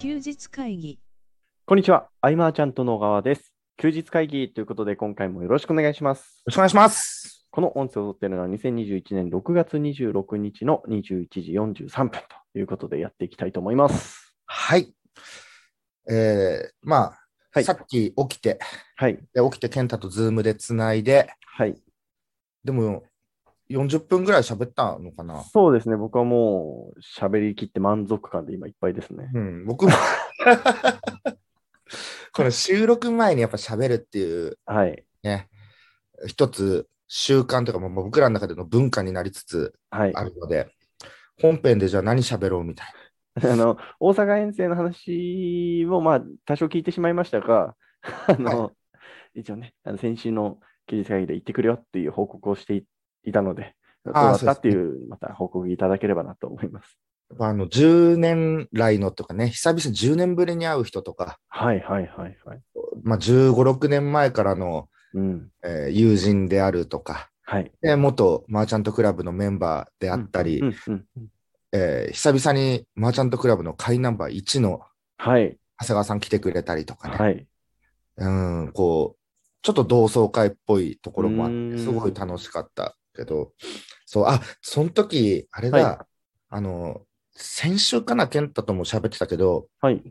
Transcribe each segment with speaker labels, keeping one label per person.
Speaker 1: 休日会議
Speaker 2: こんにちは。アイマーちゃんと野川です。休日会議ということで、今回もよろしくお願いします
Speaker 3: よろ。しくお願いします。
Speaker 2: この音声を撮っているのは2021年6月26日の21時43分ということでやっていきたいと思います。
Speaker 3: はい。えー、まあ、
Speaker 2: はい
Speaker 3: さ。っき起きて、
Speaker 2: はい。
Speaker 3: で起きて健太とズームでつないで、
Speaker 2: はい。
Speaker 3: でも40分ぐらい喋ったのかな。
Speaker 2: そうですね。僕はもう喋りきって満足感で今いっぱいですね。
Speaker 3: うん、僕 も。この収録前にやっぱ喋るっていう
Speaker 2: はい。
Speaker 3: ね、一つ習慣というか、もう僕らの中での文化になりつつ
Speaker 2: はい。
Speaker 3: あるので、本編でじゃあ何喋ろうみたい
Speaker 2: あの、大阪遠征の話を、まあ、多少聞いてしまいましたが、 あの、一応ね、あの先週の休日会議で行ってくるよっていう報告をしていいたので、どうだったっていう、また報告いただければなと思います。
Speaker 3: な。まあ、あの10年来のとかね、久々に10年ぶりに会う人とか、
Speaker 2: はいはいはいはい。
Speaker 3: まあ、15、6年前からの、
Speaker 2: うん。
Speaker 3: えー友人であるとか、
Speaker 2: はい。
Speaker 3: で元マーチャントクラブのメンバーであったり、
Speaker 2: うんうんうん。
Speaker 3: えー久々にマーチャントクラブの会ナンバー1の
Speaker 2: はい。
Speaker 3: 長谷川さん来てくれたりとかね、
Speaker 2: はい。
Speaker 3: うん、こう、ちょっと同窓会っぽいところもあ
Speaker 2: う
Speaker 3: っ
Speaker 2: ーん
Speaker 3: て、すごい楽しかったけど、そう、あ、その時、あれだ、
Speaker 2: はい
Speaker 3: あの、先週かな、健太とも喋ってたけど、
Speaker 2: はい。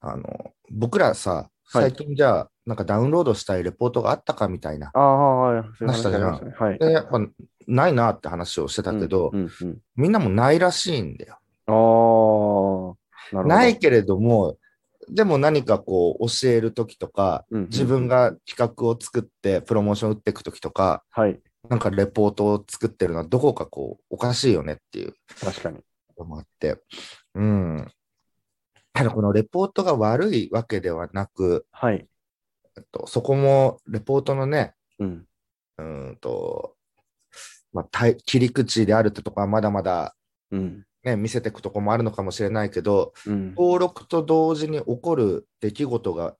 Speaker 3: あの、僕らさ、
Speaker 2: はい
Speaker 3: 最近じゃあ、なんかダウンロードしたいレポートがあったかみたいな。
Speaker 2: ああ、はい。そういう話ありま
Speaker 3: 話
Speaker 2: し
Speaker 3: した
Speaker 2: ね。はい。
Speaker 3: で、やっぱ、ないなって話をしてたけど、
Speaker 2: うんうんうん
Speaker 3: みんなもないらしいんだよ。
Speaker 2: ああ、なるほど。
Speaker 3: ないけれども、でも何かこう教えるときとか、
Speaker 2: うんうん
Speaker 3: 自分が企画を作ってプロモーション打っていくときとか、
Speaker 2: はい。
Speaker 3: なんかレポートを作ってるのはどこかこうおかしいよねっていう
Speaker 2: 確かに。
Speaker 3: のもあって、うん。ただこのレポートが悪いわけではなく、
Speaker 2: はい。
Speaker 3: えっとそこもレポートのね、
Speaker 2: うん。
Speaker 3: うーんと、まあ、たい切り口であるってとこはまだまだ、
Speaker 2: うん。
Speaker 3: ね、見せていくとこもあるのかもしれないけど、
Speaker 2: うん。
Speaker 3: 登録と同時に起こる出来事が、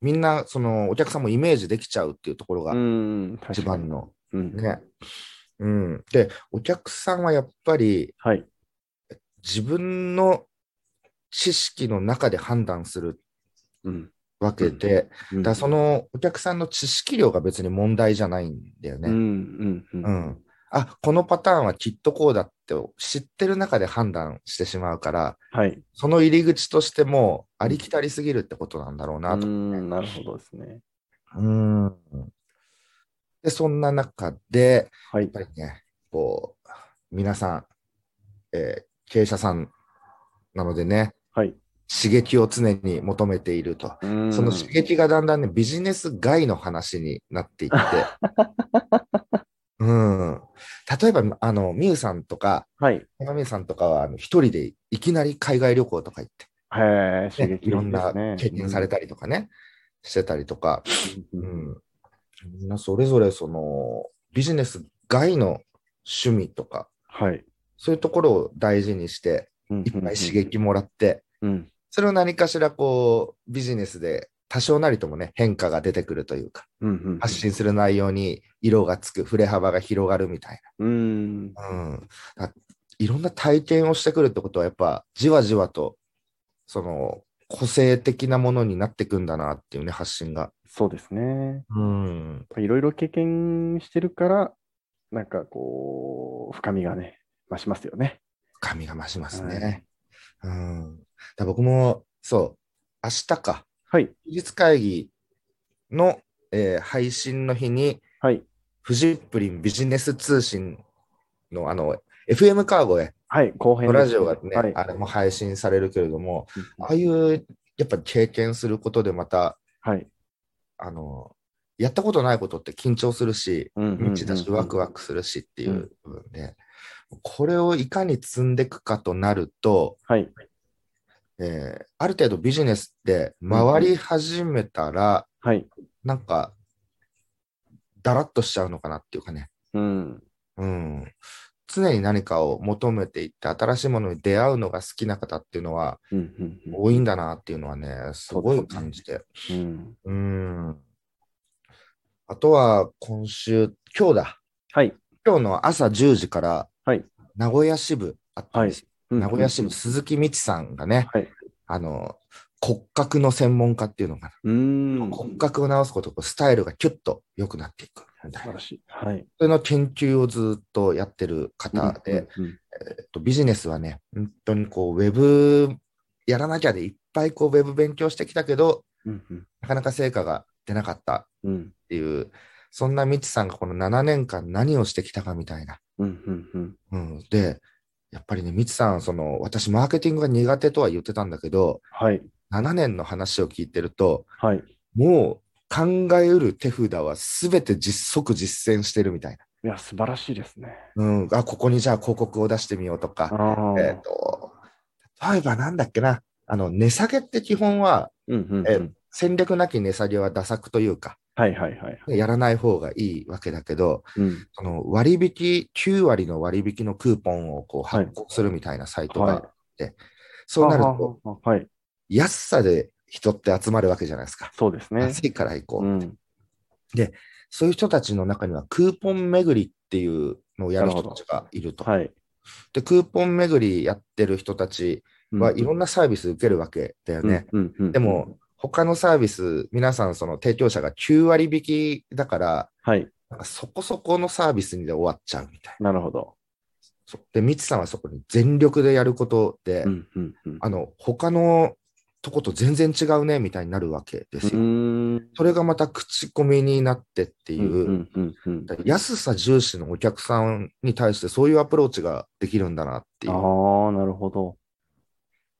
Speaker 3: みんな、その、お客さんもイメージできちゃうっていうところ
Speaker 2: う
Speaker 3: が、
Speaker 2: ん。
Speaker 3: 一
Speaker 2: 確かに
Speaker 3: 番。の、
Speaker 2: うん。
Speaker 3: ね。うん。で、お客さんはやっぱり、
Speaker 2: はい。
Speaker 3: 自分の知識の中で判断する
Speaker 2: うん。
Speaker 3: わけで、
Speaker 2: うん
Speaker 3: だからそのお客さんの知識量が別に問題じゃないんだよ
Speaker 2: うん
Speaker 3: ね。
Speaker 2: う
Speaker 3: うんん。
Speaker 2: うん。
Speaker 3: あ、このパターンはきっとこうだって知ってる中で判断してしまうから、
Speaker 2: はい。
Speaker 3: その入り口としてもありきたりすぎるってことなんだろうな
Speaker 2: う
Speaker 3: と
Speaker 2: んなるほどですね。
Speaker 3: うん。で、そんな中で、
Speaker 2: はい
Speaker 3: や。っぱりね、こう、皆さん、えー経営者さんなのでね、
Speaker 2: はい。
Speaker 3: 刺激を常に求めていると。
Speaker 2: そ
Speaker 3: その刺激がだんだんね、ビジネス外の話になっていって、 うん。例えば、あの、みゆさんとか、
Speaker 2: はい。へ
Speaker 3: 山美さんとかは、あの一人でいきなり海外旅行とか行って、
Speaker 2: え、刺
Speaker 3: ね
Speaker 2: 激
Speaker 3: いろんな
Speaker 2: ですね
Speaker 3: 経験されたりとかね、してたりとか、
Speaker 2: う
Speaker 3: うんん、みんなそれぞれそのビジネス外の趣味とか、
Speaker 2: はい。
Speaker 3: そういうところを大事にして、
Speaker 2: い
Speaker 3: いっぱい刺。激もらって、
Speaker 2: うん。
Speaker 3: それを何かしらこう、ビジネスで多少なりともね、変化が出てくるというか、
Speaker 2: うんうん。
Speaker 3: 発信する内容に色がつく、振れ幅が広がるみたい
Speaker 2: うん。
Speaker 3: な。うん。あいろんな体験をしてくるってことは、やっぱじわじわと、その、個性的なものになってくんだなっていうね、発信が。
Speaker 2: そうですね。
Speaker 3: うん。
Speaker 2: いろいろ経験してるから、なんかこう、深みがね、増しますよね。
Speaker 3: 神が増しますね。
Speaker 2: はい
Speaker 3: うん。だ僕も、そう、明日か、
Speaker 2: はい。
Speaker 3: 休日会議の、えー配信の日に、
Speaker 2: はい。
Speaker 3: フジップリンビジネス通信の、あの、FM カーゴへ
Speaker 2: はい。後編
Speaker 3: のラジオがね、
Speaker 2: はい。
Speaker 3: あれも配信されるけれども、
Speaker 2: うん
Speaker 3: ああいう、やっぱ経験することでまた、
Speaker 2: はい。
Speaker 3: あの、やったことないことって緊張するし、
Speaker 2: うんうんうんうん
Speaker 3: 未知だし、ワクワクするしっていう部分で、これをいかに積んでいくかとなると、
Speaker 2: はい。
Speaker 3: えーある程度ビジネスって回り始めたら、
Speaker 2: はい。
Speaker 3: なんか、だらっとしちゃうのかなっていうかね。
Speaker 2: うん。
Speaker 3: うん。常に何かを求めていって、新しいものに出会うのが好きな方っていうのは
Speaker 2: うんうんうん
Speaker 3: 多いんだなっていうのはね、すご
Speaker 2: そう
Speaker 3: い
Speaker 2: ですね
Speaker 3: 感じて。
Speaker 2: うん。
Speaker 3: うん。あとは今週、今日だ。
Speaker 2: はい。
Speaker 3: 今日の朝10時から、
Speaker 2: はい
Speaker 3: 名古屋支部あったんですよ。名古屋支
Speaker 2: 市
Speaker 3: 部、鈴木みちさんがね、
Speaker 2: はい。
Speaker 3: あの、骨格の専門家っていうのか
Speaker 2: うーん。
Speaker 3: な。骨格を直すこととスタイルがキュッと良くなっていくみた
Speaker 2: 素晴
Speaker 3: いな
Speaker 2: ら。しい。はい。
Speaker 3: それの研究をずっとやってる方で、
Speaker 2: うんうん
Speaker 3: えっと、ビジネスはね、本当にこう、ウェブやらなきゃでいっぱいこう、ウェブ勉強してきたけど、
Speaker 2: うんうん
Speaker 3: なかなか成果が出なかった
Speaker 2: うん
Speaker 3: っていう、そんなミチさんがこの7年間何をしてきたかみたいな。
Speaker 2: うんうんうん
Speaker 3: うん、で、やっぱりね、ミチさん、その、私、マーケティングが苦手とは言ってたんだけど、
Speaker 2: はい。
Speaker 3: 7年の話を聞いてると、
Speaker 2: はい。
Speaker 3: もう考えうる手札は全て実即実践してるみたいな。
Speaker 2: いや、素晴らしいですね。
Speaker 3: うん、あ、ここにじゃあ広告を出してみようとか、
Speaker 2: ああ。
Speaker 3: えっ、と、例えばなんだっけな、あの、値下げって基本は、
Speaker 2: うんうんうん
Speaker 3: えー戦略なき値下げは打作というか、
Speaker 2: はいはいはい。
Speaker 3: やらない方がいいわけだけど、
Speaker 2: うん。
Speaker 3: その割引、9割の割引のクーポンをこう
Speaker 2: はい
Speaker 3: 発行するみたいなサイト
Speaker 2: は
Speaker 3: が
Speaker 2: い
Speaker 3: あって、そうなると、
Speaker 2: ははははい。
Speaker 3: 安さで人って集まるわけじゃないですか。
Speaker 2: そうですね。
Speaker 3: 安いから行こう、
Speaker 2: うん。
Speaker 3: そういう人たちの中には、クーポン巡りっていうのをやる人たちがいると。
Speaker 2: はい。
Speaker 3: で、クーポン巡りやってる人たち
Speaker 2: うん
Speaker 3: はいろんなサービス受けるわけだよね。。
Speaker 2: うんうんうん
Speaker 3: でも、他のサービス、皆さん、その提供者が9割引きだから、
Speaker 2: はい。
Speaker 3: なんかそこそこのサービスにで終わっちゃうみたいな。
Speaker 2: なるほど。
Speaker 3: そうで、ミチさんはそこに全力でやることで、
Speaker 2: うんうんうん。
Speaker 3: あの、他のとこと全然違うね、みたいになるわけで
Speaker 2: う
Speaker 3: すよ。
Speaker 2: ーん。
Speaker 3: それがまた口コミになってっていう、
Speaker 2: うんうんうんうん
Speaker 3: だから安さ重視のお客さんに対してそういうアプローチができるんだなっていう。だか
Speaker 2: ああ、なるほど。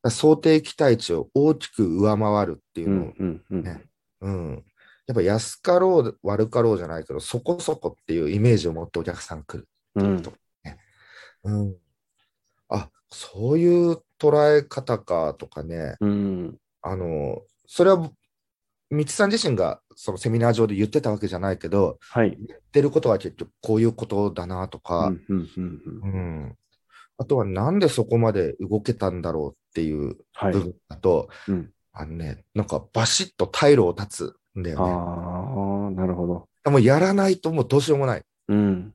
Speaker 3: ら想定期待値を大きく上回るっていう
Speaker 2: う
Speaker 3: のを、
Speaker 2: んうんうん。
Speaker 3: ねうん。やっぱ安かろう、悪かろうじゃないけど、そこそこっていうイメージを持ってお客さん来る
Speaker 2: う
Speaker 3: っていうんとこね。うん。あ、そういう捉え方かとかね。
Speaker 2: うん。
Speaker 3: あの、それは、みちさん自身がそのセミナー上で言ってたわけじゃないけど、
Speaker 2: はい。
Speaker 3: 言ってることは結局こういうことだなと
Speaker 2: う
Speaker 3: か、
Speaker 2: んうんうんうん
Speaker 3: うん。あとはなんでそこまで動けたんだろうっていう
Speaker 2: はい
Speaker 3: 部。分だと、
Speaker 2: うん
Speaker 3: あのね、なんかバシッと退路を断つんだよね。
Speaker 2: ああ、なるほど。
Speaker 3: もうやらないともうどうしようもない。
Speaker 2: うん。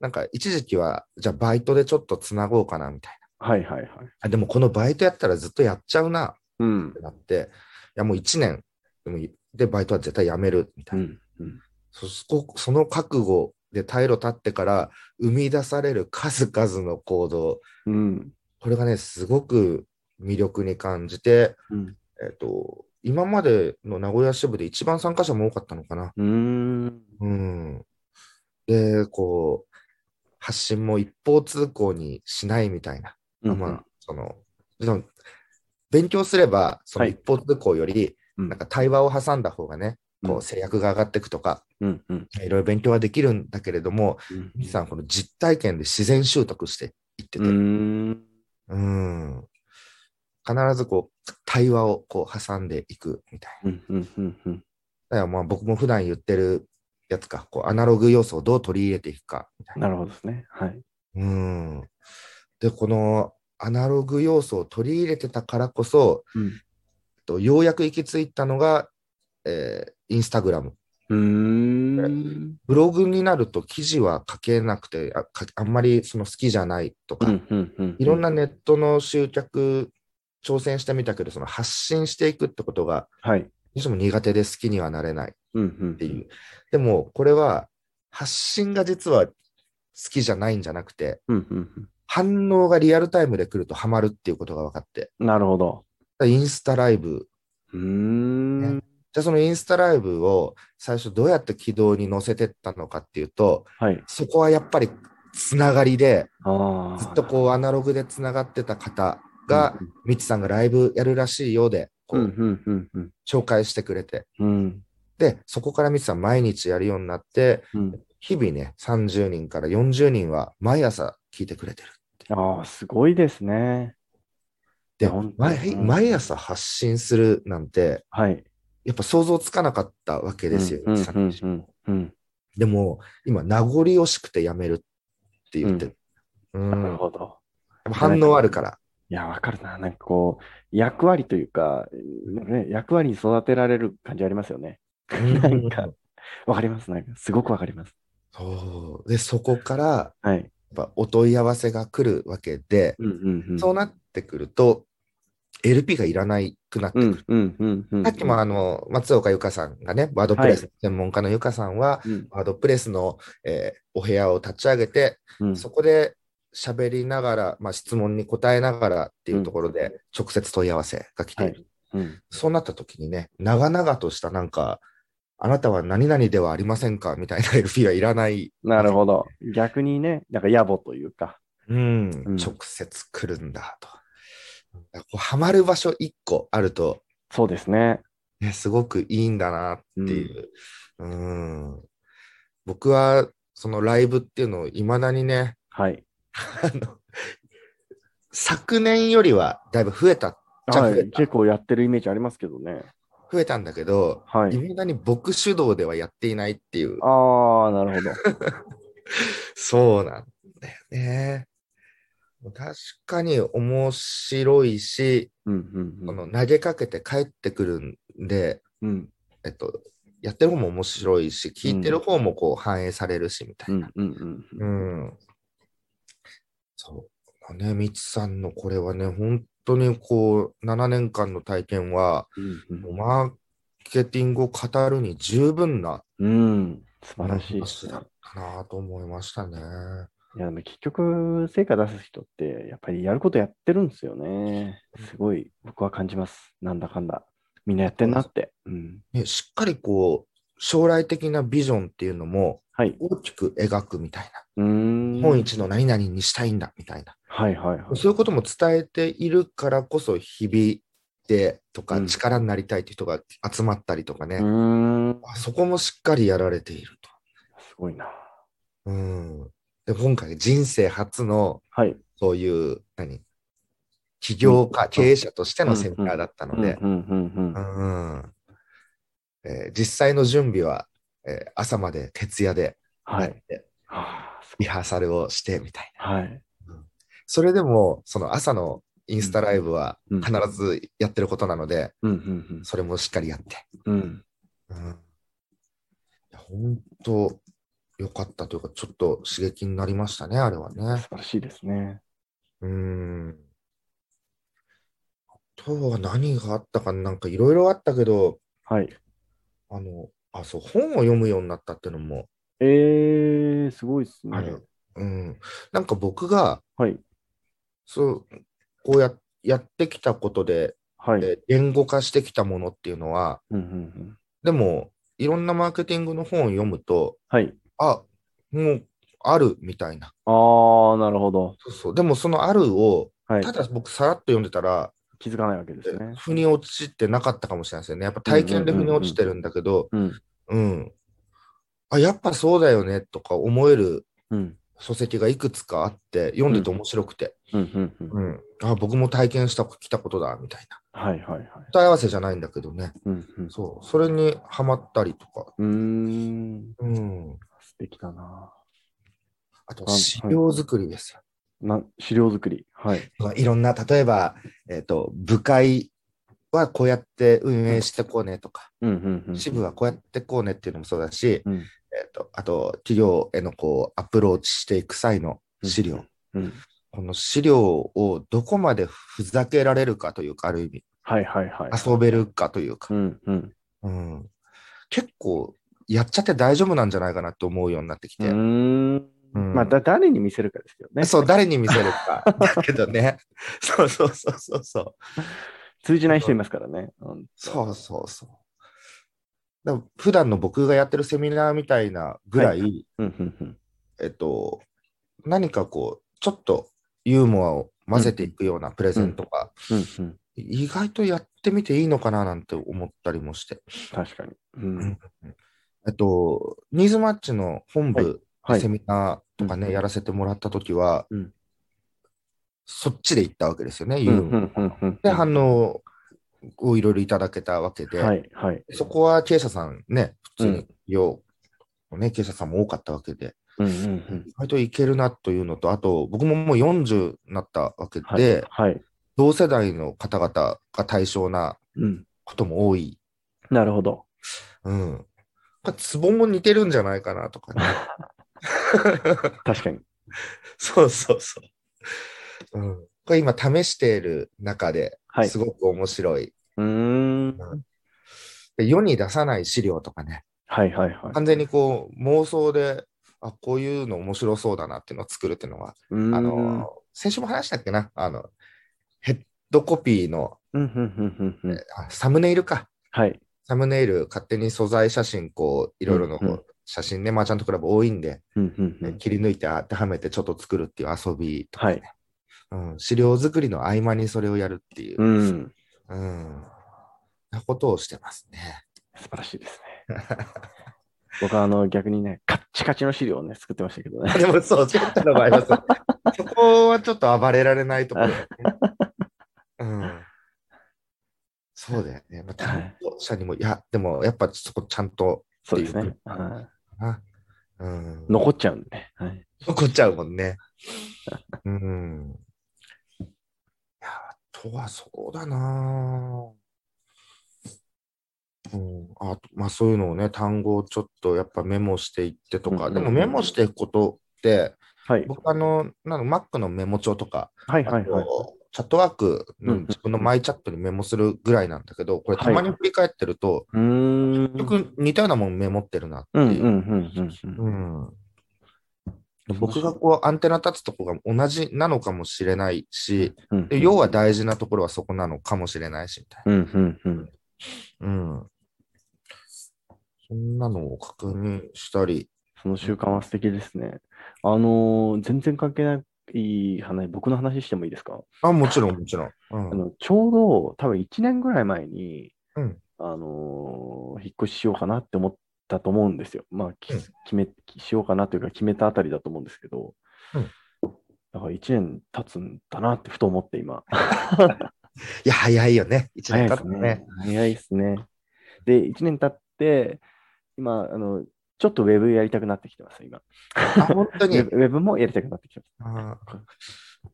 Speaker 3: なんか一時期は、じゃあバイトでちょっとつなごうかなみたいな。
Speaker 2: はいはいはい。
Speaker 3: あでもこのバイトやったらずっとやっちゃうなっ
Speaker 2: うん
Speaker 3: て。なって、いやもう1年でもいでバイトは絶対やめるみた
Speaker 2: う
Speaker 3: いな、
Speaker 2: ん。うん
Speaker 3: そこ。その覚悟で退路立ってから生み出される数々の行動、
Speaker 2: うん。
Speaker 3: これがね、すごく魅力に感じて、
Speaker 2: うん
Speaker 3: えっと、今までの名古屋支部で一番参加者も多かったのかな。
Speaker 2: うーん。
Speaker 3: うん。で、こう、発信も一方通行にしないみたいな。
Speaker 2: うん
Speaker 3: まあ、その、でも勉強すれば、その
Speaker 2: はい
Speaker 3: 一方通行より、
Speaker 2: うん
Speaker 3: なんか対話を挟んだ方がね、こ
Speaker 2: う
Speaker 3: う、
Speaker 2: ん
Speaker 3: 制約が上がっていくとか、
Speaker 2: うんうん
Speaker 3: いろいろ勉強はできるんだけれども、
Speaker 2: うん
Speaker 3: ミキさん、この実体験で自然習得していって
Speaker 2: う
Speaker 3: て、
Speaker 2: ーん。
Speaker 3: うん。必ずこう、対話をこう、挟んでいくみたいな。
Speaker 2: うんうんうんうん
Speaker 3: だからまあ僕も普段言ってるやつか、こうアナログ要素をどう取り入れていくかみたいな。
Speaker 2: なるほどですね。はい。
Speaker 3: うん。で、このアナログ要素を取り入れてたからこそ、えっとようやく行き着いたのが、えーインスタグラム。
Speaker 2: うん。うーん。
Speaker 3: ブログになると記事は書けなくて、あかあんまりその好きじゃないとか、
Speaker 2: うんうんうん。
Speaker 3: いろんなネットの集客、挑戦してみたけど、その発信していくってことが、
Speaker 2: はい。
Speaker 3: どうしても苦手で好きにはなれない。
Speaker 2: うん
Speaker 3: っ
Speaker 2: う
Speaker 3: て
Speaker 2: ん。
Speaker 3: いう。でも、これは発信が実は好きじゃないんじゃなくて、
Speaker 2: うんうん
Speaker 3: 反応がリアルタイムで来るとハマるっていうことが分かって。
Speaker 2: うん。なるほど。
Speaker 3: だからインスタライブ。
Speaker 2: うーん。
Speaker 3: じゃあそのインスタライブを最初どうやって軌道に乗せてったのかっていうと、
Speaker 2: はい。
Speaker 3: そこはやっぱりつながりで、
Speaker 2: ああ。
Speaker 3: ずっとこうアナログでつながってた方が、みちさんがライブやるらしいようで、こ
Speaker 2: うんう
Speaker 3: うん
Speaker 2: うんうん
Speaker 3: 紹介してくれて。
Speaker 2: うん。
Speaker 3: で、そこからみちさん毎日やるようになって、
Speaker 2: うん。
Speaker 3: 日々ね、30人から40人は毎朝聞いてくれてる。
Speaker 2: ああ、すごいですね。い
Speaker 3: で
Speaker 2: や本、当
Speaker 3: 毎
Speaker 2: うん
Speaker 3: 毎朝発信するなんて、
Speaker 2: はい。
Speaker 3: やっぱ想像つかなかったわけですよ。
Speaker 2: うんうん
Speaker 3: さっ
Speaker 2: うん
Speaker 3: き
Speaker 2: うんうん。
Speaker 3: でも、今、名残惜しくてやめるって言ってる。うん
Speaker 2: な
Speaker 3: や
Speaker 2: る
Speaker 3: っ
Speaker 2: ほど。
Speaker 3: ぱ反応あるから。
Speaker 2: いや、わかるな。なんかこう、役割というか、ね、役割に育てられる感じありますよね。なんか
Speaker 3: うん、
Speaker 2: わかります。なんか、すごくわかります。
Speaker 3: そう。で、そこから、やっ
Speaker 2: はい。
Speaker 3: ぱお問い合わせが来るわけで、
Speaker 2: うんうんうん。
Speaker 3: そうなってくると、 LP がいらないくなって
Speaker 2: う
Speaker 3: くる。
Speaker 2: ん、うん、うん、うん。
Speaker 3: さっきもあの、松岡由香さんがね、ワードプレス専門家の由香さんは、
Speaker 2: うん、
Speaker 3: ワードプレスの、えーお部屋を立ち上げて、
Speaker 2: うん、
Speaker 3: そこで喋りながら、まあ、質問に答えながらっていうところで、直接問い合わせが来ている。
Speaker 2: うん、
Speaker 3: そうなった時にね、長々としたなんか、あなたは何々ではありませんかみたいな LP はいらない。
Speaker 2: なるほど。逆にね、なんか野暮というか。
Speaker 3: うん、
Speaker 2: うん
Speaker 3: 直接来るんだと。こうハマる場所一個あると、
Speaker 2: そうですね。
Speaker 3: ね、すごくいいんだなっていう。うん、僕は、そのライブっていうのをいまだにね、
Speaker 2: はい。
Speaker 3: あの、昨年よりはだいぶ増えた、じゃあ
Speaker 2: は
Speaker 3: 増え
Speaker 2: い、
Speaker 3: た
Speaker 2: 結構やってるイメージありますけどね。
Speaker 3: 増えたんだけど、
Speaker 2: はいい。
Speaker 3: まだに僕主導ではやっていないっていう。
Speaker 2: ああ、なるほど。
Speaker 3: そうなんだよね。確かに面白いし、
Speaker 2: うん、う
Speaker 3: こ
Speaker 2: ん、
Speaker 3: の投げかけて帰ってくるんで、
Speaker 2: うん、
Speaker 3: えっと、やってる方も面白いし、聞いてる方もこう反映されるし、みた
Speaker 2: う
Speaker 3: い
Speaker 2: ん
Speaker 3: な。、
Speaker 2: うん、うん。
Speaker 3: うん。そうだね、みつさんのこれはね、本当にこう、7年間の体験は、
Speaker 2: うんうん
Speaker 3: マーケティングを語るに十分な
Speaker 2: うん、素晴らしい。
Speaker 3: 話だったなと思いましたね。
Speaker 2: いやでも結局、成果出す人って、やっぱりやることやってるんですよね。すごい、僕は感じます。なんだかんだ。みんなやってんなって。うん。
Speaker 3: ね、しっかりこう、将来的なビジョンっていうのも
Speaker 2: はい。
Speaker 3: 大きく描くみたいう
Speaker 2: ーん。
Speaker 3: な。
Speaker 2: は
Speaker 3: 本
Speaker 2: い
Speaker 3: 一の何々にしたいんだみたいな。
Speaker 2: はいはい。
Speaker 3: そういうことも伝えているからこそ、響いてと
Speaker 2: う
Speaker 3: か、
Speaker 2: ん
Speaker 3: 力になりたいって人が集まったりとかね。
Speaker 2: うーん。
Speaker 3: あそこもしっかりやられている
Speaker 2: すごいな。
Speaker 3: と。うん。で、今回人生初の、
Speaker 2: はい。
Speaker 3: そういう、何起業家、経営者としてのセミナーだったの
Speaker 2: うん
Speaker 3: で、
Speaker 2: うんうんうん。
Speaker 3: うんえー実際の準備は、えー朝まで徹夜で
Speaker 2: は
Speaker 3: やっ
Speaker 2: い。
Speaker 3: て
Speaker 2: はあす
Speaker 3: リハーサルをしてみたいな。
Speaker 2: はい。
Speaker 3: それでも、その朝のインスタライブは
Speaker 2: うん
Speaker 3: 必ずやってることなので、
Speaker 2: うんうん
Speaker 3: それもしっかりやって。
Speaker 2: うん。うん。
Speaker 3: うん、本当、良かったというか、ちょっと刺激になりましたね、あれはね
Speaker 2: 素。晴らしいですね。
Speaker 3: うん。あとは何があったかな、なんかいろいろあったけど、
Speaker 2: はい。
Speaker 3: あの、あ、そう、本を読むようになったっていうのも
Speaker 2: えー、すごいですね
Speaker 3: あ。る。うん。なんか僕が、
Speaker 2: はい。
Speaker 3: そう、こうややってきたことで、
Speaker 2: はい。
Speaker 3: えー言語化してきたものっていうのは、
Speaker 2: うんうんうん。
Speaker 3: でも、いろんなマーケティングの本を読むと、
Speaker 2: はい。
Speaker 3: あ、もう、あるみたいな。
Speaker 2: あー、なるほど。
Speaker 3: そうそう。でも、そのあるを、
Speaker 2: はい
Speaker 3: た。だ僕、さらっと読んでたら、
Speaker 2: 気づかないわけですね。
Speaker 3: 腑に落ちてなかったかもしれないですよね。やっぱ体験で
Speaker 2: うんうんう
Speaker 3: 腑
Speaker 2: ん
Speaker 3: に
Speaker 2: うん
Speaker 3: 落ちてるんだけど、
Speaker 2: うん。
Speaker 3: うん。あ、やっぱそうだよね、とか思える
Speaker 2: うん。
Speaker 3: 書籍がいくつかあって、読んでて面白くて、
Speaker 2: うんうんうん。
Speaker 3: うん。あ、僕も体験した、来たことだ、みたいな。
Speaker 2: はいはいはい。
Speaker 3: 答え合わせじゃないんだけどね。
Speaker 2: うんうん。
Speaker 3: そう。それにハマったりとか。
Speaker 2: うーん。
Speaker 3: うん。
Speaker 2: 素敵だな。
Speaker 3: あと、
Speaker 2: はい
Speaker 3: 資料作りですよ。
Speaker 2: な資料作り。はい。
Speaker 3: いろんな、例えば、えっ、と、部会はこうやって運営してこうねとか、
Speaker 2: うんうんうん。
Speaker 3: 支部はこうやってこうねっていうのもそうだし、
Speaker 2: うん。
Speaker 3: えっ、と、あと、企業へのこう、アプローチしていく際の資料。
Speaker 2: うん。
Speaker 3: この資料をどこまでふざけられるかというか、ある意味、
Speaker 2: はいはいはい。
Speaker 3: 遊べるかという
Speaker 2: う
Speaker 3: か、
Speaker 2: んうん。
Speaker 3: うん、結構、やっちゃって大丈夫なんじゃないかなと思うようになってき
Speaker 2: う
Speaker 3: て、
Speaker 2: ーん。
Speaker 3: うん
Speaker 2: まあ、だ、誰に見せるかですけどね。
Speaker 3: そう、誰に見せるか。 だけどね、そうそうそうそうそう。
Speaker 2: 通じない人いますからね。うん
Speaker 3: そうそうそう。だから普段の僕がやってるセミナーみたいなぐらい、
Speaker 2: うんうんうん。
Speaker 3: えっと、何かこう、ちょっとユーモアを混ぜていくようなプレゼントが、
Speaker 2: うんうん。
Speaker 3: 意外とやってみていいのかななんて思ったりもして。
Speaker 2: 確かに。うん。
Speaker 3: えっと、ニーズマッチの本部、
Speaker 2: はい
Speaker 3: セ。ミナーとかね、
Speaker 2: うん
Speaker 3: やらせてもらったときは、
Speaker 2: うん
Speaker 3: そっちで行ったわけですよね、
Speaker 2: う
Speaker 3: ユ
Speaker 2: ん
Speaker 3: ー
Speaker 2: う
Speaker 3: モア。
Speaker 2: んうんうん。
Speaker 3: で、反応をいろいろいただけたわけで、
Speaker 2: はいはい。
Speaker 3: そこは経営者さんね、普通
Speaker 2: う
Speaker 3: に用、ね、経営者さんも多かったわけで、
Speaker 2: うんうんうん。
Speaker 3: 割といけるなというのと、あと、僕ももう40になったわけで、
Speaker 2: はい。はい。
Speaker 3: 同世代の方々が対象な
Speaker 2: うん。
Speaker 3: ことも多い。
Speaker 2: なるほど。
Speaker 3: うん。ツボも似てるんじゃないかなとかね。
Speaker 2: 確かに。
Speaker 3: そうそうそう。うん。これ今試している中で、
Speaker 2: はい。
Speaker 3: すごく面白い。
Speaker 2: うーん。
Speaker 3: で世に出さない資料とかね、
Speaker 2: はいはいはい。
Speaker 3: 完全にこう妄想で、あこういうの面白そうだなっていうのを作るっていうのは、
Speaker 2: あ
Speaker 3: あ、の先週も話したっけな、あのヘッドコピーの
Speaker 2: うんうんうんうんうん。
Speaker 3: あサムネイルか、
Speaker 2: はい。
Speaker 3: サムネイル、勝手に素材写真、こういろいろのこう
Speaker 2: うんうん
Speaker 3: 写真ね、マーチャントクラブ多いんで、
Speaker 2: うんうんう
Speaker 3: ね
Speaker 2: ん。
Speaker 3: 切り抜いて当てはめてちょっと作るっていう遊びとか、
Speaker 2: はい。
Speaker 3: うん、資料作りの合間にそれをやるっていう、
Speaker 2: うん。
Speaker 3: うん、なことをしてますね。
Speaker 2: 素晴らしいですね。僕はあの逆にね、カッチカチの資料をね、作ってましたけどね。
Speaker 3: でもそう、ちょっとの場合 はそうそこはちょっと暴れられないところだね。うん、そうだよね。まあ、担当者にも、いや、でもやっぱそこちゃんと
Speaker 2: そうです
Speaker 3: ってい
Speaker 2: ね
Speaker 3: う。
Speaker 2: は
Speaker 3: な、うん
Speaker 2: い、残っちゃうんでね。はい。
Speaker 3: 残っちゃうもんね。うん。いや、あとはそうだなぁうん、あとまあそういうのをね、単語をちょっとやっぱメモしていってとか、
Speaker 2: うんうん
Speaker 3: でもメモしていくことって、
Speaker 2: はい。
Speaker 3: 僕あの、なの、Mac のメモ帳とか、
Speaker 2: はい
Speaker 3: あ
Speaker 2: はいはい。
Speaker 3: とチャットワーク
Speaker 2: う
Speaker 3: の
Speaker 2: んうん
Speaker 3: 自分のマイチャットにメモするぐらいなんだけど、これたまに振り返ってると、
Speaker 2: うーん。
Speaker 3: 結局似たようなもんメモってるなって
Speaker 2: うんう
Speaker 3: い
Speaker 2: ん
Speaker 3: う。
Speaker 2: うんうん
Speaker 3: うん、僕がこうアンテナ立つとこが同じなのかもしれないし、
Speaker 2: うんうん。
Speaker 3: で要は大事なところはそこなのかもしれないしみたい
Speaker 2: うんうんうん。
Speaker 3: な。うん、そんなのを確認したり、
Speaker 2: その習慣は素敵ですね。あのー全然関係ない話、僕の話してもいいですか
Speaker 3: あもちろんもちろん。う
Speaker 2: あ
Speaker 3: ん
Speaker 2: のちょうど多分1年ぐらい前に、
Speaker 3: うん
Speaker 2: あのー引っ越ししようかなって思ったと思うんですよ。まあ、き
Speaker 3: うん
Speaker 2: 決めしようかなというか決めたあたりだと思うんですけど、
Speaker 3: うん
Speaker 2: だから1年経つんだなってふと思って今。
Speaker 3: いや、早いよね。一
Speaker 2: 早
Speaker 3: 年
Speaker 2: い
Speaker 3: 経
Speaker 2: で
Speaker 3: った
Speaker 2: す
Speaker 3: ね。
Speaker 2: ね。早いですね。で、1年経って、今、あのちょっとウェブやりたくなってきてます、今。
Speaker 3: あ本当
Speaker 2: ウ
Speaker 3: に
Speaker 2: ェ。ブウェブもやりたくなってきてま
Speaker 3: あ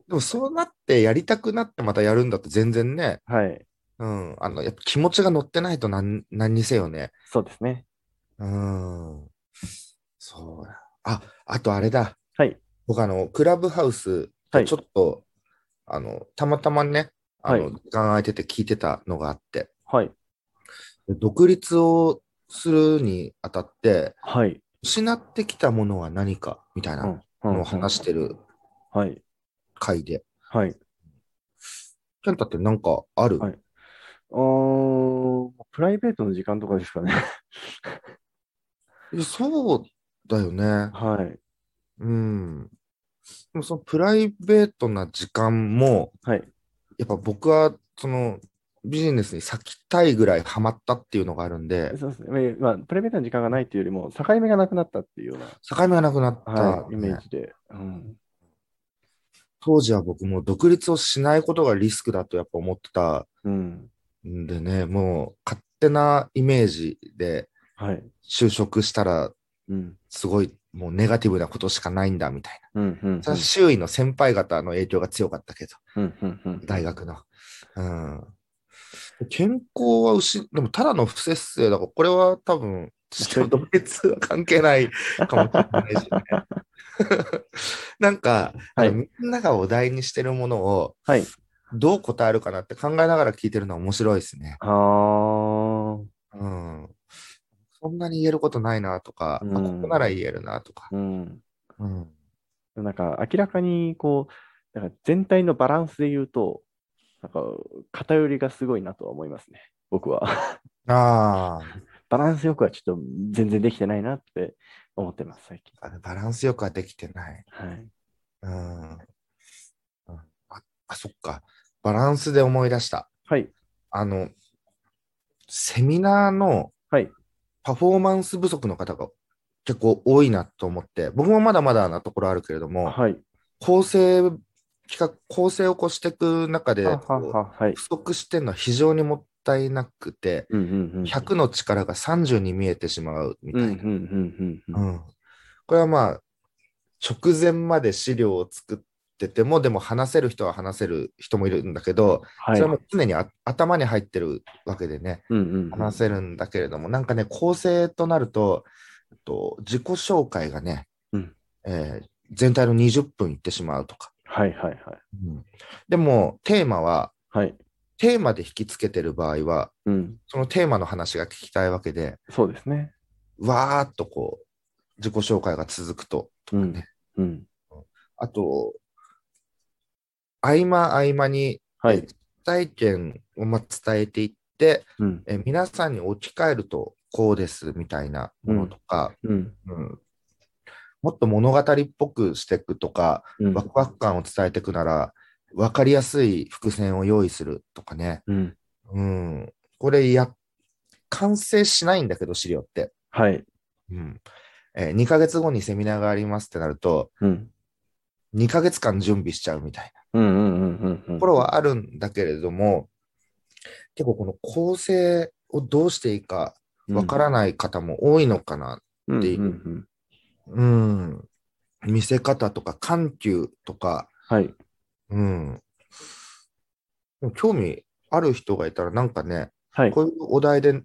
Speaker 3: でもそうなってやりたくなってまたやるんだと全然ね、
Speaker 2: す。はい。
Speaker 3: うん、あのやっぱ気持ちが乗ってないと何何にせよね。
Speaker 2: そうですね。
Speaker 3: うーん。そうだ。あ、あとあれだ。
Speaker 2: はい。
Speaker 3: 僕、あの、クラブハウス、
Speaker 2: はい
Speaker 3: ちょっと、あの、たまたまね、あの、
Speaker 2: はい
Speaker 3: 時間空いてて聞いてたのがあって、
Speaker 2: はい。
Speaker 3: 独立をするにあたって、
Speaker 2: はい。
Speaker 3: 失ってきたものは何かみたいな
Speaker 2: うん
Speaker 3: のを話してる
Speaker 2: はい。
Speaker 3: 回で。
Speaker 2: はい。
Speaker 3: 健太ってなんかある、
Speaker 2: はいあープライベートの時間とかですか ね。
Speaker 3: いやそうだよね。
Speaker 2: はい。
Speaker 3: うん。でもそのプライベートな時間も、
Speaker 2: はい。
Speaker 3: やっぱ僕はそのビジネスに割きたいぐらいハマったっていうのがあるんで、
Speaker 2: そうですね。まあ、プライベートの時間がないというよりも、境目がなくなったっていうような、
Speaker 3: 境目がなくなった、
Speaker 2: はい、イ
Speaker 3: ね
Speaker 2: メージで。うん。
Speaker 3: 当時は僕も独立をしないことがリスクだとやっぱ思ってた
Speaker 2: うん。
Speaker 3: んでね、もう勝手なイメージで
Speaker 2: はい。
Speaker 3: 就職したら
Speaker 2: うん。
Speaker 3: すごいもうネガティブなことしかないんだみたい
Speaker 2: うん。うん。
Speaker 3: な。それは周囲の先輩方の影響が強かったけど、
Speaker 2: うん。うん。うん。
Speaker 3: 大学の。うん。健康は失、でもただの不節制だから、これは多 分、
Speaker 2: そう
Speaker 3: 独立は関係ないかもしれないしね。 なんか、あの
Speaker 2: は
Speaker 3: みんながお題にしてるものを、
Speaker 2: はい
Speaker 3: どう答えるかなって考えながら聞いてるのは面白いですね。
Speaker 2: あー。
Speaker 3: うん。そんなに言えることないなとか、
Speaker 2: うん
Speaker 3: あここなら言えるなとか。
Speaker 2: うん。
Speaker 3: うん。
Speaker 2: なんか、明らかに、こう、なんか全体のバランスで言うと、なんか、偏りがすごいなとは思いますね。僕は。
Speaker 3: あー
Speaker 2: バランスよくはちょっと全然できてないなって思ってます、最近。
Speaker 3: あの、バランスよくはできてない。
Speaker 2: はい。
Speaker 3: うんうんあ、あそっか。バランスで思い出した。
Speaker 2: はい。
Speaker 3: あの、セミナーの
Speaker 2: はい。
Speaker 3: パフォーマンス不足の方が結構多いなと思って、僕もまだまだなところあるけれども、
Speaker 2: はい。
Speaker 3: 構成、企画、構成をこうしていく中で、
Speaker 2: はは
Speaker 3: こ。
Speaker 2: ははいう
Speaker 3: 不足してるのは非常にもったいなくて、
Speaker 2: うんうんうん。
Speaker 3: 100の力が30に見えてしまうみた
Speaker 2: う
Speaker 3: い
Speaker 2: んうん
Speaker 3: な。
Speaker 2: うんうんう。
Speaker 3: うんんこれはまあ、直前まで資料を作ってても、でも話せる人は話せる人もいるんだけど、
Speaker 2: はい。
Speaker 3: それはもう常にあ頭に入ってるわけでね、
Speaker 2: うんうんうん。
Speaker 3: 話せるんだけれども、なんかね、構成となると、えっと自己紹介がね、
Speaker 2: うん
Speaker 3: えー全体の20分いってしまうとか。
Speaker 2: はいはいはい。
Speaker 3: でも、テーマは、
Speaker 2: はい。
Speaker 3: テーマで引きつけてる場合は、
Speaker 2: うん、
Speaker 3: そのテーマの話が聞きたいわけで、
Speaker 2: そうですね。
Speaker 3: わーっとこう、自己紹介が続くと、とかね。
Speaker 2: うん。
Speaker 3: あと、合間合間に
Speaker 2: はい。
Speaker 3: 体験をまあ伝えていって、
Speaker 2: うん。
Speaker 3: え皆さんに置き換えるとこうですみたいなものとか、
Speaker 2: うん。
Speaker 3: うんもっと物語っぽくしていくとか、
Speaker 2: うん
Speaker 3: ワクワク感を伝えていくなら、分かりやすい伏線を用意するとかね。
Speaker 2: うん。
Speaker 3: うん、これや、完成しないんだけど、資料って。
Speaker 2: はい。
Speaker 3: うんえ2ヶ月後にセミナーがありますってなると、
Speaker 2: うん。
Speaker 3: 2ヶ月間準備しちゃうみたいな
Speaker 2: うんうんうんうんうん。
Speaker 3: ところはあるんだけれども、結構この構成をどうしていいかわからない方も多いのかな。
Speaker 2: な
Speaker 3: っていううん。見せ方とか緩急とか、
Speaker 2: はい。
Speaker 3: うん。でも興味ある人がいたらなんかね、
Speaker 2: はい。
Speaker 3: こういうお題で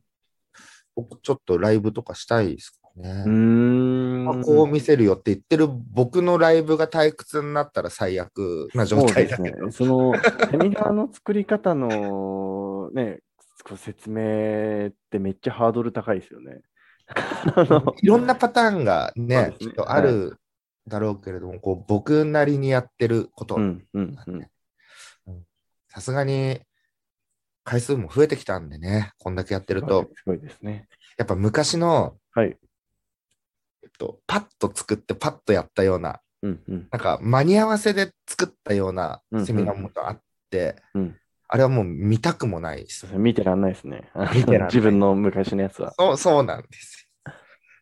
Speaker 3: 僕ちょっとライブとかしたいですかね。
Speaker 2: うーん。
Speaker 3: まあこう見せるよって言ってる僕のライブが退屈になったら最悪な状態だ
Speaker 2: そう
Speaker 3: けど。
Speaker 2: ですね、その、セミナーの作り方の、ね、こう説明ってめっちゃハードル高いですよね。 あの
Speaker 3: いろんなパターンが
Speaker 2: そう
Speaker 3: ね
Speaker 2: で、す
Speaker 3: き
Speaker 2: ね
Speaker 3: っとあるだろうけれども、こう僕なりにやってること
Speaker 2: う、んうんうん。
Speaker 3: さすがに回数も増えてきたんでね、こんだけやってると、
Speaker 2: すごいですね。
Speaker 3: やっぱ昔の、
Speaker 2: はい。
Speaker 3: えっと、パッと作ってパッとやったような、
Speaker 2: うんうん
Speaker 3: なんか間に合わせで作ったような
Speaker 2: うん
Speaker 3: セミナーもあって、
Speaker 2: うん。
Speaker 3: あれはもう見たくもないです
Speaker 2: そうですね見てらんないですね。
Speaker 3: 見てらんない
Speaker 2: 自分の昔のやつは。
Speaker 3: そう、そうなんですよ。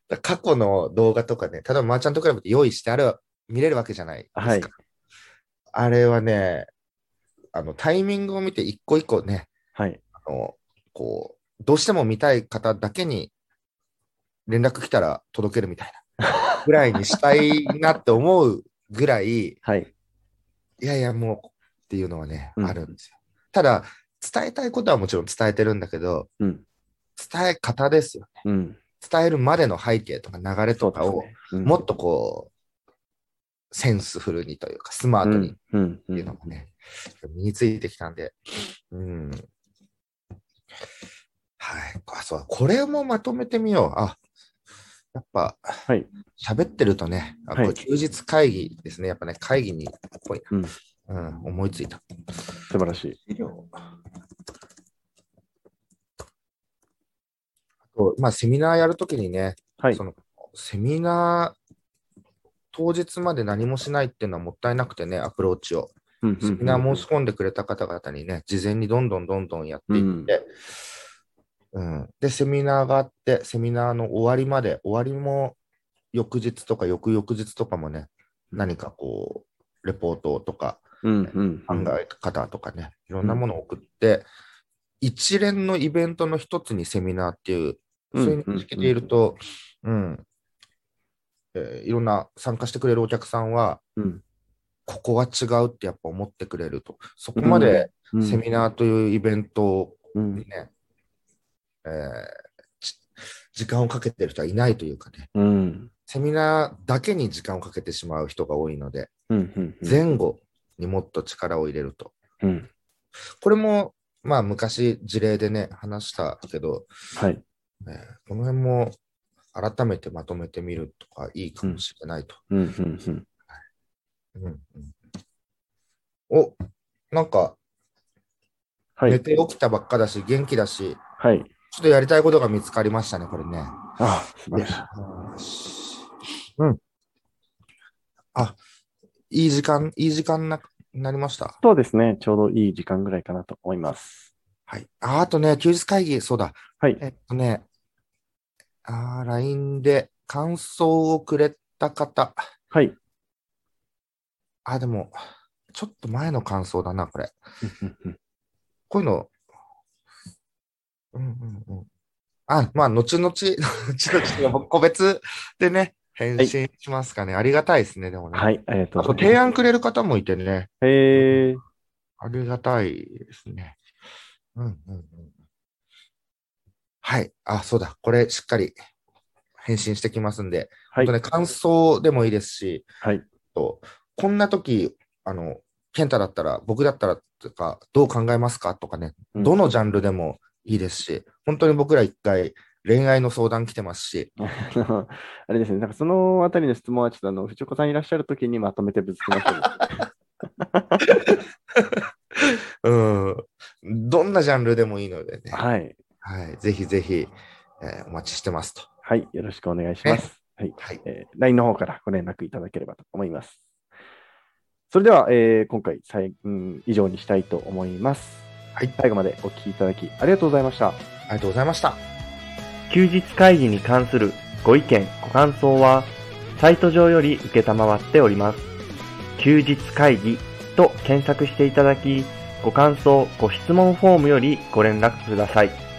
Speaker 3: だから過去の動画とかね、例えばマーチャントクラブって用意してあれは見れるわけじゃないですか。
Speaker 2: はい
Speaker 3: あれはね、あのタイミングを見て一個一個ね、
Speaker 2: はい。
Speaker 3: あのこうどうしても見たい方だけに連絡来たら届けるみたいなぐらいにしたいなって思うぐらい、い
Speaker 2: はい。
Speaker 3: やいや、もうっていうのはね、
Speaker 2: うん
Speaker 3: あるんですよ。ただ、伝えたいことはもちろん伝えてるんだけど、
Speaker 2: うん。
Speaker 3: 伝え方ですよ。
Speaker 2: うん。
Speaker 3: 伝えるまでの背景とか流れとかを、
Speaker 2: すね
Speaker 3: もっとこう、センスフルにというか、スマートにっ
Speaker 2: うん
Speaker 3: ていうのがね、身についてきたんで、うん。はい。あそう、これもまとめてみよう。あ、やっぱ、
Speaker 2: い
Speaker 3: 喋ってるとね、あ
Speaker 2: は
Speaker 3: これ
Speaker 2: い
Speaker 3: 休日会議ですね。やっぱね、会議に、こい
Speaker 2: うん
Speaker 3: うん、思いついた。
Speaker 2: 素晴らしい。
Speaker 3: 資料あと、まあ、セミナーやるときにね、
Speaker 2: はい
Speaker 3: そ。のセミナー当日まで何もしないっていうのはもったいなくてね、アプローチを。
Speaker 2: うん
Speaker 3: セミナー申し込んでくれた方々にね、事前にどんどんどんどんやっていって、うんで、セミナーがあって、セミナーの終わりまで、終わりも翌日とか翌々日とかもね、何かこう、レポートとか
Speaker 2: うんうんう
Speaker 3: 考
Speaker 2: ん。
Speaker 3: え方とかね、いろんなものを送って、一連のイベントの一つにセミナーっていう、
Speaker 2: うん
Speaker 3: それにつけていると、うんえーいろんな参加してくれるお客さんは、
Speaker 2: うん
Speaker 3: ここは違うってやっぱ思ってくれると、そこまで
Speaker 2: うん
Speaker 3: セミナーというイベントを
Speaker 2: うん
Speaker 3: ね、えーち時間をかけてる人はいないというかね、
Speaker 2: うん
Speaker 3: セミナーだけに時間をかけてしまう人が多いので、
Speaker 2: うんうんうん
Speaker 3: 前後にもっと力を入れると。
Speaker 2: うん
Speaker 3: これも、まあ、昔、事例でね、話したけど、
Speaker 2: はい。
Speaker 3: えーこの辺も改めてまとめてみるとかいいかもしれないと。
Speaker 2: うんうんうん。
Speaker 3: うんうんおなんか、
Speaker 2: は
Speaker 3: 寝
Speaker 2: い。
Speaker 3: て起きたばっかだし、元気だし、
Speaker 2: はい。
Speaker 3: ちょっとやりたいことが見つかりましたね、これね。
Speaker 2: あ、素晴らしい。
Speaker 3: よしうん。あ、いい時間、いい時間ななりました。
Speaker 2: そうですね。ちょうどいい時間ぐらいかなと思います。
Speaker 3: はい。あ、あとね、休日会議、そうだ。
Speaker 2: はい。
Speaker 3: えっとね、あー LINE で感想をくれた方。
Speaker 2: はい。
Speaker 3: あ、でも、ちょっと前の感想だな、これ。
Speaker 2: うんうん
Speaker 3: こういうの、うんうんうん。あ、まあ、後々、 後々、僕個別でね、返信しますかね。ありがたいですね、でもね。
Speaker 2: はい。ありがと
Speaker 3: あ
Speaker 2: う
Speaker 3: と、
Speaker 2: ござい
Speaker 3: 提
Speaker 2: ま
Speaker 3: 案くれる方もいてね、
Speaker 2: す。へえ。
Speaker 3: ありがたいですね。うんうんうん。はい。あ、そうだ。これ、しっかり返信してきますんで、
Speaker 2: はい
Speaker 3: 本当。ね、感想でもいいですし、
Speaker 2: はい。
Speaker 3: とこんな時あの健太だったら、僕だったらとか、どう考えますかとかね、
Speaker 2: うん
Speaker 3: どのジャンルでもいいですし、本当に僕ら一回恋愛の相談来てますし、
Speaker 2: あの あれですね、なんかそのあたりの質問は、ちょっとあの藤岡さんいらっしゃるときにまとめてぶつけましたね。
Speaker 3: うん、どんなジャンルでもいいのでね、
Speaker 2: はい。
Speaker 3: はい、ぜひぜひ、えーお待ちしてますと。
Speaker 2: はい。よろしくお願いします。はい。
Speaker 3: はい、
Speaker 2: えー LINE の方からご連絡いただければと思います。それでは、えー今回最、うん以上にしたいと思います。
Speaker 3: はい、
Speaker 2: 最後までお聞きいただきありがとうございました。
Speaker 3: ありがとうございました。
Speaker 1: 休日会議に関するご意見、ご感想は、サイト上より受けたまわっております。休日会議と検索していただき、ご感想、ご質問フォームよりご連絡ください。